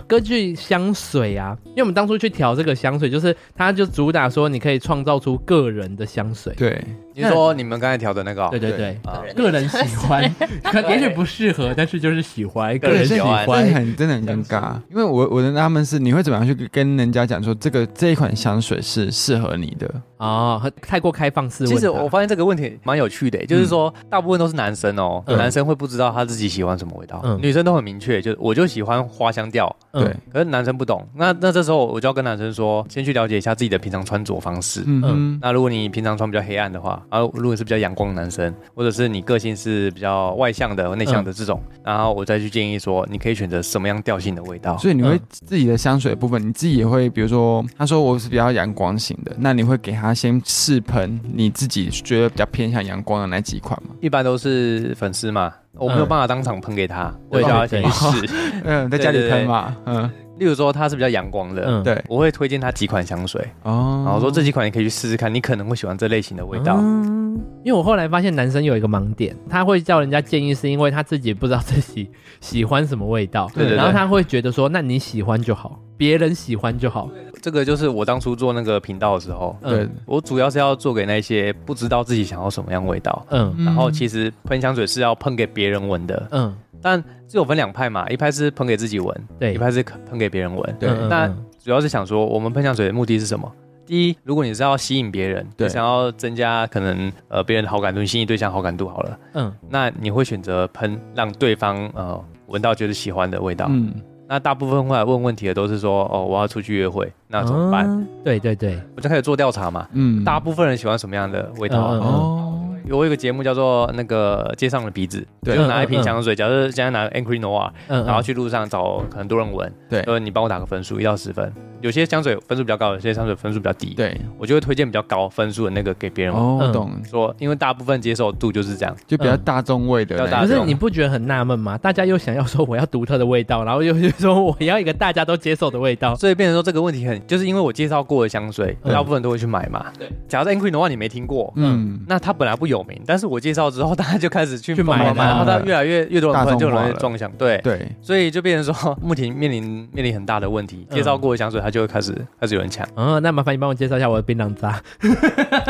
[SPEAKER 1] 根据香水啊，因为我们当初去调这个香水，就是它就主打说你可以创造出个人的香水。
[SPEAKER 3] 对，
[SPEAKER 2] 你说你们刚才调的那个、哦，
[SPEAKER 1] 对对
[SPEAKER 3] 对
[SPEAKER 1] 对，
[SPEAKER 2] 啊，
[SPEAKER 1] 个人喜欢，可也许不适合，但是就是喜欢， *laughs* 个
[SPEAKER 2] 个人
[SPEAKER 1] 人
[SPEAKER 2] 喜
[SPEAKER 1] 喜
[SPEAKER 2] 欢
[SPEAKER 3] 真
[SPEAKER 1] 欢。
[SPEAKER 3] 的很真的很尴尬。因为我我的纳闷是，你会怎么样去跟人家讲说这个这一款香水是适合你的？
[SPEAKER 1] 哦，很太过开放式问答。啊
[SPEAKER 2] 其实我发现这个问题蛮有趣的，欸就是说大部分都是男生哦，
[SPEAKER 1] 嗯
[SPEAKER 2] 男生会不知道他自己喜欢什么味道，
[SPEAKER 1] 嗯
[SPEAKER 2] 女生都很明确，就是我就喜欢花香调。
[SPEAKER 1] 嗯
[SPEAKER 3] 对，
[SPEAKER 2] 可是男生不懂，那那这时候我就要跟男生说，先去了解一下自己的平常穿着方式。
[SPEAKER 3] 嗯哼，
[SPEAKER 2] 那如果你平常穿比较黑暗的话，然后如果是比较阳光的男生，或者是你个性是比较外向的、内向的这种，
[SPEAKER 1] 嗯
[SPEAKER 2] 然后我再去建议说，你可以选择什么样调性的味道。
[SPEAKER 3] 所以你会
[SPEAKER 1] 嗯
[SPEAKER 3] 自己的香水的部分，你自己也会，比如说，他说我是比较阳光型的，那你会给他先试喷你自己觉得比较偏向阳光的那几款吗？
[SPEAKER 2] 一般都是粉丝嘛，我没有办法当场喷给他，我
[SPEAKER 1] 对
[SPEAKER 2] 会叫他先去
[SPEAKER 1] 哦
[SPEAKER 2] 试。
[SPEAKER 3] 嗯，在家里喷嘛，嗯，
[SPEAKER 2] *laughs* 例如说他是比较阳光的，
[SPEAKER 1] 嗯，
[SPEAKER 3] 对，
[SPEAKER 2] 我会推荐他几款香水，
[SPEAKER 3] 哦，
[SPEAKER 2] 然后说这几款你可以去试试看，你可能会喜欢这类型的味道。
[SPEAKER 1] 嗯因为我后来发现男生有一个盲点，他会叫人家建议，是因为他自己不知道自己喜欢什么味道，
[SPEAKER 2] 对对对
[SPEAKER 1] 然后他会觉得说，那你喜欢就好，别人喜欢就好，
[SPEAKER 2] 这个就是我当初做那个嗯频道的时候，
[SPEAKER 1] 嗯
[SPEAKER 3] 对，
[SPEAKER 2] 我主要是要做给那些不知道自己想要什么样味道。
[SPEAKER 1] 嗯
[SPEAKER 2] 然后
[SPEAKER 3] 实
[SPEAKER 2] 其实喷香水是要喷给别人闻的，
[SPEAKER 1] 嗯，
[SPEAKER 2] 但这有分两派嘛，一派是喷给自己闻，
[SPEAKER 1] 对，
[SPEAKER 2] 一派是喷给别人闻。
[SPEAKER 3] 对
[SPEAKER 1] 嗯
[SPEAKER 2] 那
[SPEAKER 1] 嗯
[SPEAKER 2] 主要是想说，我们喷香水的目的是什么？第一，如果你是要吸引别人，
[SPEAKER 3] 对
[SPEAKER 2] 你想要增加可能呃别人的好感度，你心仪对象好感度好了，
[SPEAKER 1] 嗯
[SPEAKER 2] 那你会选择喷让对方呃闻到觉得喜欢的味道。
[SPEAKER 3] 嗯，
[SPEAKER 2] 那大部分会来问问题的都是说，哦，我要出去约会，那怎么办？
[SPEAKER 1] 嗯对对对，
[SPEAKER 2] 我就开始做调查嘛，
[SPEAKER 3] 嗯，
[SPEAKER 2] 大部分人喜欢什么样的味道啊？
[SPEAKER 1] 嗯嗯
[SPEAKER 3] 哦，
[SPEAKER 2] 有一个节目叫做那个街上的鼻子，
[SPEAKER 3] 对嗯
[SPEAKER 2] 就拿一瓶香水，假设现在拿 Angry Noir，
[SPEAKER 1] 嗯，
[SPEAKER 2] 然后
[SPEAKER 1] 嗯
[SPEAKER 2] 去路上找很多人闻，
[SPEAKER 3] 对
[SPEAKER 2] 呃，你帮我打个分数，一到十分，有些香水分数比较高，有些香水分数比较低，，
[SPEAKER 3] 对，
[SPEAKER 2] 我就会推荐比较高分数的那个给别人闻，
[SPEAKER 3] 哦
[SPEAKER 1] 嗯，
[SPEAKER 3] 懂，
[SPEAKER 2] 说因为大部分接受度就是这样，
[SPEAKER 3] 就比较
[SPEAKER 1] 嗯
[SPEAKER 3] 大众味的那
[SPEAKER 2] 比较大
[SPEAKER 1] 可
[SPEAKER 3] 一
[SPEAKER 2] 众
[SPEAKER 1] 是
[SPEAKER 3] 种，
[SPEAKER 1] 你不觉得很纳闷吗？大家又想要说我要独特的味道，然后又又说我要一个大家都接受的味道，
[SPEAKER 2] 所以变成说这个问题很，就是因为我介绍过的香水，
[SPEAKER 1] 嗯
[SPEAKER 2] 大部分都会去买嘛，对，假设 Angry Noir 你没听过。
[SPEAKER 3] 嗯，
[SPEAKER 2] 那它本来不有名，但是我介绍之后，大家就开始去
[SPEAKER 1] 去买
[SPEAKER 2] 买
[SPEAKER 1] 它
[SPEAKER 2] 然后它
[SPEAKER 3] 了
[SPEAKER 2] 越来越越多
[SPEAKER 3] 大
[SPEAKER 2] 人喷，
[SPEAKER 3] 众
[SPEAKER 2] 就
[SPEAKER 3] 化
[SPEAKER 2] 容易
[SPEAKER 3] 了
[SPEAKER 2] 撞香。对，
[SPEAKER 3] 对，
[SPEAKER 2] 所以就变成说， *laughs* 木婷面临面临很大的问题，
[SPEAKER 1] 嗯
[SPEAKER 2] 介绍过的香水，它就会开始开始有人抢。
[SPEAKER 1] *laughs* 嗯，那麻烦你帮我介绍一下我的槟榔渣，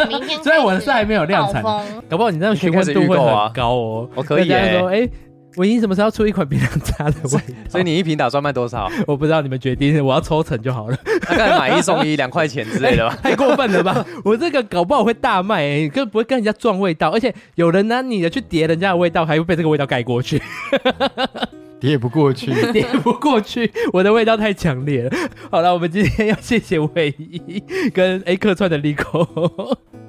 [SPEAKER 4] 明天
[SPEAKER 1] *laughs* 虽然我的是还没有量产
[SPEAKER 4] 开始暴风
[SPEAKER 1] 搞不好你这样询问度会很高哦。
[SPEAKER 2] 我可以
[SPEAKER 1] 大家
[SPEAKER 2] 耶、
[SPEAKER 1] 说，哎、维尼什么时候要出一款槟榔渣的味 *laughs* 道？
[SPEAKER 2] 欸所以你一瓶打算卖多少？ *laughs*
[SPEAKER 1] *laughs* 我不知道你们决定，我要抽成就 *laughs* 好了。
[SPEAKER 2] 大概买一送一，两块钱之类 *laughs* 的吧。
[SPEAKER 1] *laughs* 太过分了吧！我这个搞不好会大卖、欸，更不会跟人家撞味道，而且有人拿你的去叠人家的味道，还会被这个味道盖过去，
[SPEAKER 3] 也不过去，
[SPEAKER 1] *laughs* 叠不过去。我的味道太强烈了。 *laughs* 好了，我们今天要谢谢卫衣跟 A 客串的利口，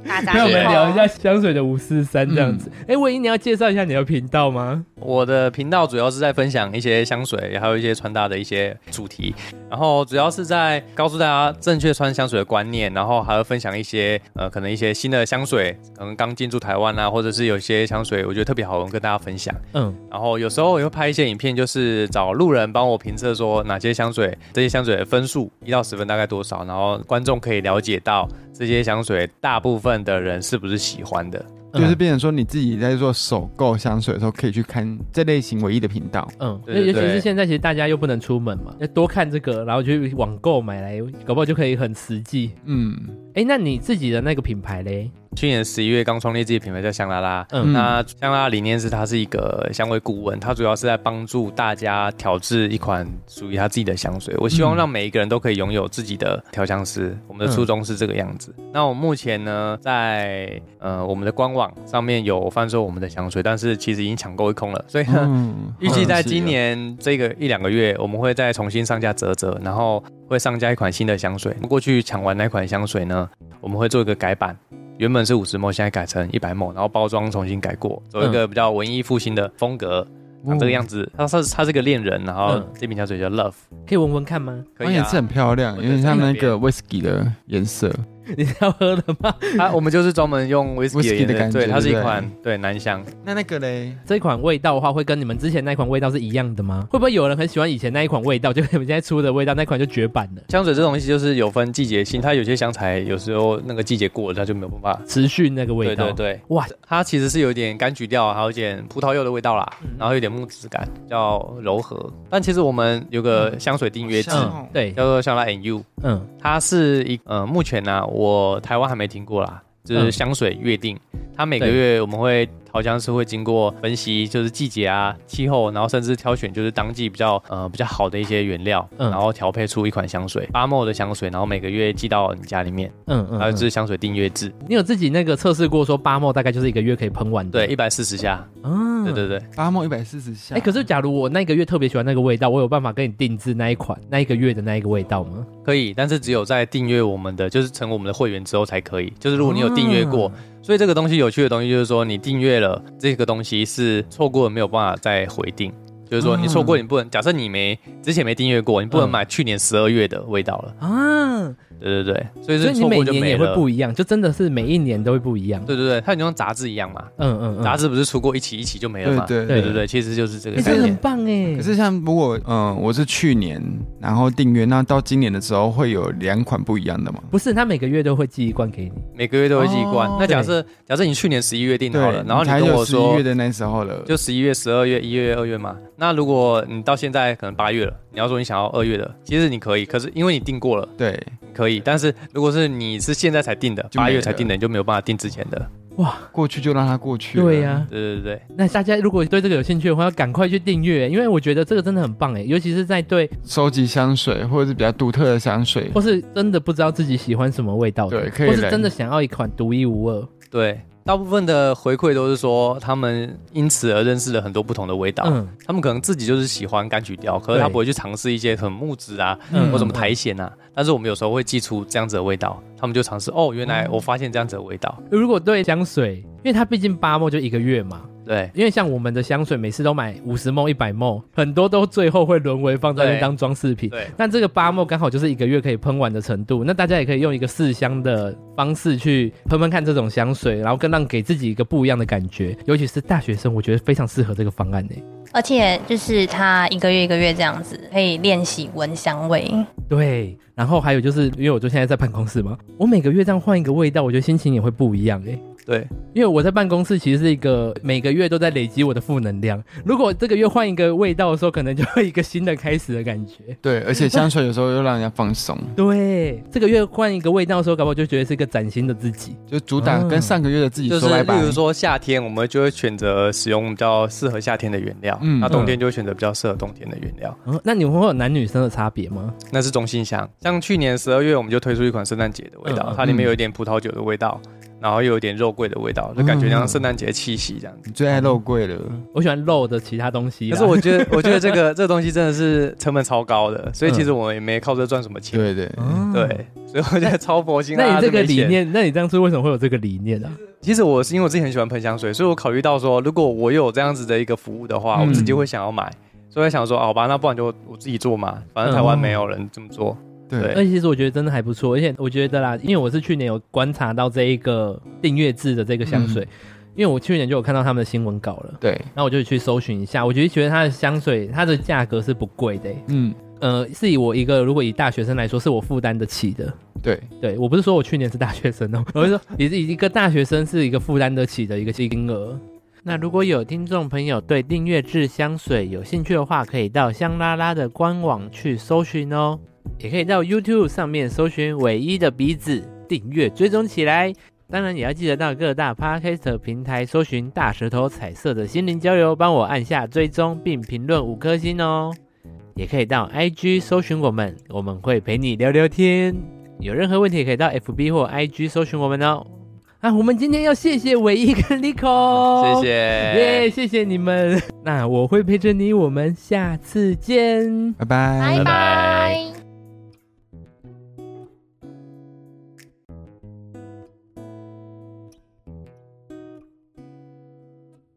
[SPEAKER 4] 大
[SPEAKER 1] 跟
[SPEAKER 4] 闸
[SPEAKER 1] 我
[SPEAKER 4] 蟹
[SPEAKER 1] 们
[SPEAKER 4] 口
[SPEAKER 1] 聊一下香水的五四三这样子。哎、卫衣，你要介绍一下你的频道吗？
[SPEAKER 2] 我的频道主要是在分享一些香水，还有一些穿搭的一些主题，然后主要是在告诉大家正确穿香水的观念，然后还会分享一些呃，可能一些新的香水，可能刚进驻台湾啊，或者是有些香水我觉得特别好闻，跟大家分享。
[SPEAKER 1] 嗯，
[SPEAKER 2] 然后有时候也会拍一些影片，就是找路人帮我评测说哪些香水，这些香水的分数一到十分大概多少，然后观众可以了解到这些香水大部分的人是不是喜欢的。
[SPEAKER 1] 嗯
[SPEAKER 3] 就是变成说你自己在做首购香水的时候，可以去看这类型唯一的频道。
[SPEAKER 1] 嗯，
[SPEAKER 2] 对
[SPEAKER 1] 那
[SPEAKER 2] 对
[SPEAKER 1] 尤其是
[SPEAKER 2] 对
[SPEAKER 1] 现在，其实大家又不能出门嘛，要多看这个，然后去网购买来，搞不好就可以很实际。
[SPEAKER 2] *laughs*
[SPEAKER 3] 嗯，
[SPEAKER 1] 哎，那你自己的那个品牌嘞？
[SPEAKER 2] 去年十一月刚创立自己的品牌叫香拉拉，
[SPEAKER 1] 嗯
[SPEAKER 2] 那香拉拉理念是它是一个香味顾问，它主要是在帮助大家调制一款属于他自己的香水。我希望
[SPEAKER 3] 嗯
[SPEAKER 2] 让每一个人都可以拥有自己的调香师，我们的初衷是这个样子。那我目前呢，在呃我们的官网上面有贩售我们的香水，但是其实已经抢购一空了，所以呢。
[SPEAKER 3] 嗯
[SPEAKER 2] 预计在今，年这个一两个月，我们会再重新上架泽泽，然后会上架一款新的香水。过去抢完那款香水呢，我们会做一个改版，原本是五十 ml，现在改成一百 ml，然后包装重新改过，走一个比较文艺复兴的风格，
[SPEAKER 3] 嗯哦
[SPEAKER 2] 啊长这个样子。它是它是个恋人，然后
[SPEAKER 1] 嗯
[SPEAKER 2] 这瓶香水叫 Love，
[SPEAKER 1] 可以闻闻看吗？ *laughs*
[SPEAKER 2] 可
[SPEAKER 3] 它
[SPEAKER 2] 以
[SPEAKER 3] 哦也
[SPEAKER 2] 啊
[SPEAKER 3] 是。很漂亮，有点像那个 whisky 的颜色。
[SPEAKER 1] 你是要喝的吗？
[SPEAKER 2] 它啊我们就是专门用 whisky
[SPEAKER 3] Whisky
[SPEAKER 2] 的
[SPEAKER 3] 的
[SPEAKER 2] 颜
[SPEAKER 3] 感觉
[SPEAKER 2] 色，对，它是一
[SPEAKER 3] 对不对
[SPEAKER 2] 款对男香，
[SPEAKER 3] 那那个嘞，
[SPEAKER 1] 这款味道的话，会跟你们之前那款味道是一样的吗？会不会有人很喜欢以前那一款味道，就跟你们现在出的味道那款就绝版了？
[SPEAKER 2] 香水这东西就是有分季节性，它有些香材有时候那个季节过了，它就没有办法。
[SPEAKER 1] 持续那个味
[SPEAKER 2] 对
[SPEAKER 1] 道，
[SPEAKER 2] 对对，
[SPEAKER 1] 哇，
[SPEAKER 2] 它其实是有点柑橘调，还有点葡萄柚的味道啦，
[SPEAKER 1] 嗯
[SPEAKER 2] 然后有点木质感，比较柔和。但其实我们有个香水订阅制，
[SPEAKER 3] 嗯
[SPEAKER 1] 嗯，对，
[SPEAKER 2] 叫做香拉 N U，
[SPEAKER 1] 嗯
[SPEAKER 2] 它是一呃，目前呢、我台湾还没听过啦，就是香水约定，它每
[SPEAKER 1] 嗯
[SPEAKER 2] 个
[SPEAKER 1] 对
[SPEAKER 2] 月我们会调香师会经过分析，就是季节啊、气候，然后甚至挑选就是当季比较呃比较好的一些原料，
[SPEAKER 1] 嗯
[SPEAKER 2] 然后调配出一款香水，八 ml 的香水，然后每个月寄到你家里面，
[SPEAKER 1] 嗯嗯，
[SPEAKER 2] 还有
[SPEAKER 1] 嗯
[SPEAKER 2] 这是香水订阅制，
[SPEAKER 1] 你有自己那个测试过，说八末大概就是一个月可以喷完的，
[SPEAKER 2] 对，一百四十下，
[SPEAKER 1] 嗯，
[SPEAKER 2] 对对对，
[SPEAKER 3] 八梦一百四十下。
[SPEAKER 1] 哎、可是假如我那个月特别喜欢那个味道，我有办法跟你定制那一款那一个月的那一个味道吗？
[SPEAKER 2] 可以，但是只有在订阅我们的，就是成为我们的会员之后才可以。就是如果你有订阅
[SPEAKER 1] 啊
[SPEAKER 2] 过，所以这个东西有趣的东西就是说，你订阅了这个东西是错过了没有办法再回订。就是说，你错过你不能，假设你没之前没订阅过，你不能
[SPEAKER 1] 嗯
[SPEAKER 2] 买去年十二月的味道了。
[SPEAKER 1] 啊，
[SPEAKER 2] 对对对，所以
[SPEAKER 1] 所
[SPEAKER 2] 是
[SPEAKER 1] 以你
[SPEAKER 2] 错
[SPEAKER 1] 每
[SPEAKER 2] 过就
[SPEAKER 1] 年
[SPEAKER 2] 没
[SPEAKER 1] 也会
[SPEAKER 2] 了。
[SPEAKER 1] 不一样，就真的是每一年都会不一样。
[SPEAKER 2] 对对对，它就像杂志一样嘛，
[SPEAKER 1] 嗯嗯嗯，
[SPEAKER 2] 杂志不是出过一期一期就没了
[SPEAKER 3] 对
[SPEAKER 2] 嘛？
[SPEAKER 3] 对
[SPEAKER 1] 对
[SPEAKER 2] 对
[SPEAKER 3] 对。
[SPEAKER 2] 对对，其实就是这个
[SPEAKER 1] 你
[SPEAKER 2] 概
[SPEAKER 1] 真的很
[SPEAKER 2] 念。
[SPEAKER 1] 棒哎。
[SPEAKER 3] 可是像如果嗯，我是去年然后订阅，那到今年的时候会有两款不一样的吗？
[SPEAKER 1] 不是他每个月都会寄一罐给你？
[SPEAKER 2] 每个月都会寄一罐
[SPEAKER 3] 哦。
[SPEAKER 2] 那假设假设你去年十一月订
[SPEAKER 3] 对
[SPEAKER 2] 好了，，然后你
[SPEAKER 3] 才
[SPEAKER 2] 跟
[SPEAKER 3] 有
[SPEAKER 2] 我
[SPEAKER 3] 十一
[SPEAKER 2] 说
[SPEAKER 3] 月的那时候了，
[SPEAKER 2] 就十一月、十二月、一月、二月嘛。那如果你到现在可能八月了，你要说你想要二月的，其实你可以，可是因为你订过了，
[SPEAKER 3] 对，
[SPEAKER 2] 你可以。但是如果是你是现在才订的，
[SPEAKER 3] 就没
[SPEAKER 2] 八
[SPEAKER 3] 了
[SPEAKER 2] 月才订的，你就没有办法订之前的。
[SPEAKER 3] 过去就让它过去了。
[SPEAKER 1] 对呀、
[SPEAKER 2] 对啊对对，
[SPEAKER 1] 那大家如果对这个有兴趣的话，要赶快去订阅，因为我觉得这个真的很棒哎，尤其是在对
[SPEAKER 3] 收集香水或者是比较独特的香水，
[SPEAKER 1] 或是真的不知道自己喜欢什么味
[SPEAKER 2] 哦
[SPEAKER 1] 道的，
[SPEAKER 3] 对可以
[SPEAKER 1] 或是
[SPEAKER 3] 来
[SPEAKER 1] 真的想要一款独一无二。
[SPEAKER 2] 对。大部分的回馈都是说，他们因此而认识了很多不同的味道。
[SPEAKER 1] 嗯
[SPEAKER 2] 他们可能自己就是喜欢柑橘调，可是
[SPEAKER 1] 对
[SPEAKER 2] 他不会去尝试一些很木质啊，
[SPEAKER 1] 嗯，
[SPEAKER 2] 或什
[SPEAKER 1] 怎
[SPEAKER 2] 么苔藓啊。但是我们有时候会寄出这样子的味道，他们就尝试哦，原来
[SPEAKER 1] 嗯
[SPEAKER 2] 我发现这样子的味道。
[SPEAKER 1] 如果对香水，因为它毕竟八梦就一个月嘛，
[SPEAKER 2] 对
[SPEAKER 1] 因为像我们的香水每次都买五十梦、一百梦，很多都最后会沦为放在那边
[SPEAKER 2] 对
[SPEAKER 1] 当装饰品。
[SPEAKER 2] 对
[SPEAKER 1] 那这个八梦刚好就是一个月可以喷完的程度，那大家也可以用一个试香的方式去喷喷看这种香水，然后更让给自己一个不一样的感觉。尤其是大学生，我觉得非常适合这个方案呢。欸
[SPEAKER 4] 而且就是它一个月一个月这样子，可以练习闻香味。
[SPEAKER 1] 对，然后还有就是，因为我就现在在办公室嘛，我每个月这样换一个味道，我觉得心情也会不一样哎。
[SPEAKER 2] 对，
[SPEAKER 1] 因为我在办公室其实是一个每个月都在累积我的负能量，如果这个月换一个味道的时候，可能就会一个新的开始的感觉。
[SPEAKER 3] 对，而 *laughs* 且香水有时候又让人家放松，
[SPEAKER 1] 对，这个月换一个味道的时候，搞不好就觉得是一个崭新的自己。
[SPEAKER 3] 就主打
[SPEAKER 1] 嗯
[SPEAKER 3] 跟上个月的自己
[SPEAKER 2] 就是
[SPEAKER 3] 说拜拜
[SPEAKER 2] 例。如说夏天，我们就会选择使用比较适合夏天的原料，
[SPEAKER 3] 嗯
[SPEAKER 2] 那冬天就会选择比较适合冬天的原料。
[SPEAKER 1] 嗯，那你们会有男女生的差别吗？
[SPEAKER 2] 那是中性香，像去年十二月我们就推出一款圣诞节的味道，
[SPEAKER 1] 嗯嗯
[SPEAKER 2] 它里面有一点葡萄酒的味道，然后又有一点肉桂的味道，就感觉像圣诞节气息这样子。
[SPEAKER 3] 你最爱肉桂了，
[SPEAKER 1] 我喜欢肉的其他东西啦。啊
[SPEAKER 2] 可是我觉得，我觉得这个这个东西真的是成本超高的，所以其实我们也没靠这赚什么钱。
[SPEAKER 3] 对对，
[SPEAKER 1] 嗯，
[SPEAKER 2] 对，所以我觉得超佛心
[SPEAKER 1] *laughs*
[SPEAKER 2] 啊。
[SPEAKER 1] 那你这个
[SPEAKER 2] 没钱
[SPEAKER 1] 理，念，那你当初为什么会有这个理念啊？
[SPEAKER 2] 其实我是因为我自己很喜欢喷香水，所以我考虑到说，如果我有这样子的一个服务的话，
[SPEAKER 3] 嗯
[SPEAKER 2] 我自己会想要买，所以我想说，啊好吧，那不然就我自己做嘛，反正台湾没有人这么做。对
[SPEAKER 1] 而且其实我觉得真的还不错，而且我觉得啦，因为我是去年有观察到这一个订阅制的这个香水，因为我去年就有看到他们的新闻稿了，
[SPEAKER 3] 对，
[SPEAKER 1] 然后我就去搜寻一下，我就觉得它的香水它的价格是不贵的欸、
[SPEAKER 3] 嗯，
[SPEAKER 1] 呃，是以我一个如果以大学生来说，是我负担得起的。
[SPEAKER 3] 对，
[SPEAKER 1] 对我不是说我去年是大学生哦，我是说也是一个大学生是一个负担得起的一个金额。那如果有听众朋友对订阅制香水有兴趣的话，可以到香拉拉的官网去搜寻哦，也可以到 YouTube 上面搜寻“唯一的鼻子”，订阅追踪起来。当然也要记得到各大 Podcast 平台搜寻“大舌头彩色的心灵交流”，帮我按下追踪并评论五颗星哦。也可以到 IG 搜寻我们，我们会陪你聊聊天。有任何问题可以到 FB 或 IG 搜寻我们哦。啊，我们今天要谢谢唯一跟 Nico，
[SPEAKER 2] 谢，谢，
[SPEAKER 1] 耶、谢谢你们。那我会陪着你，我们下次见。
[SPEAKER 3] 拜拜
[SPEAKER 4] 拜
[SPEAKER 2] 拜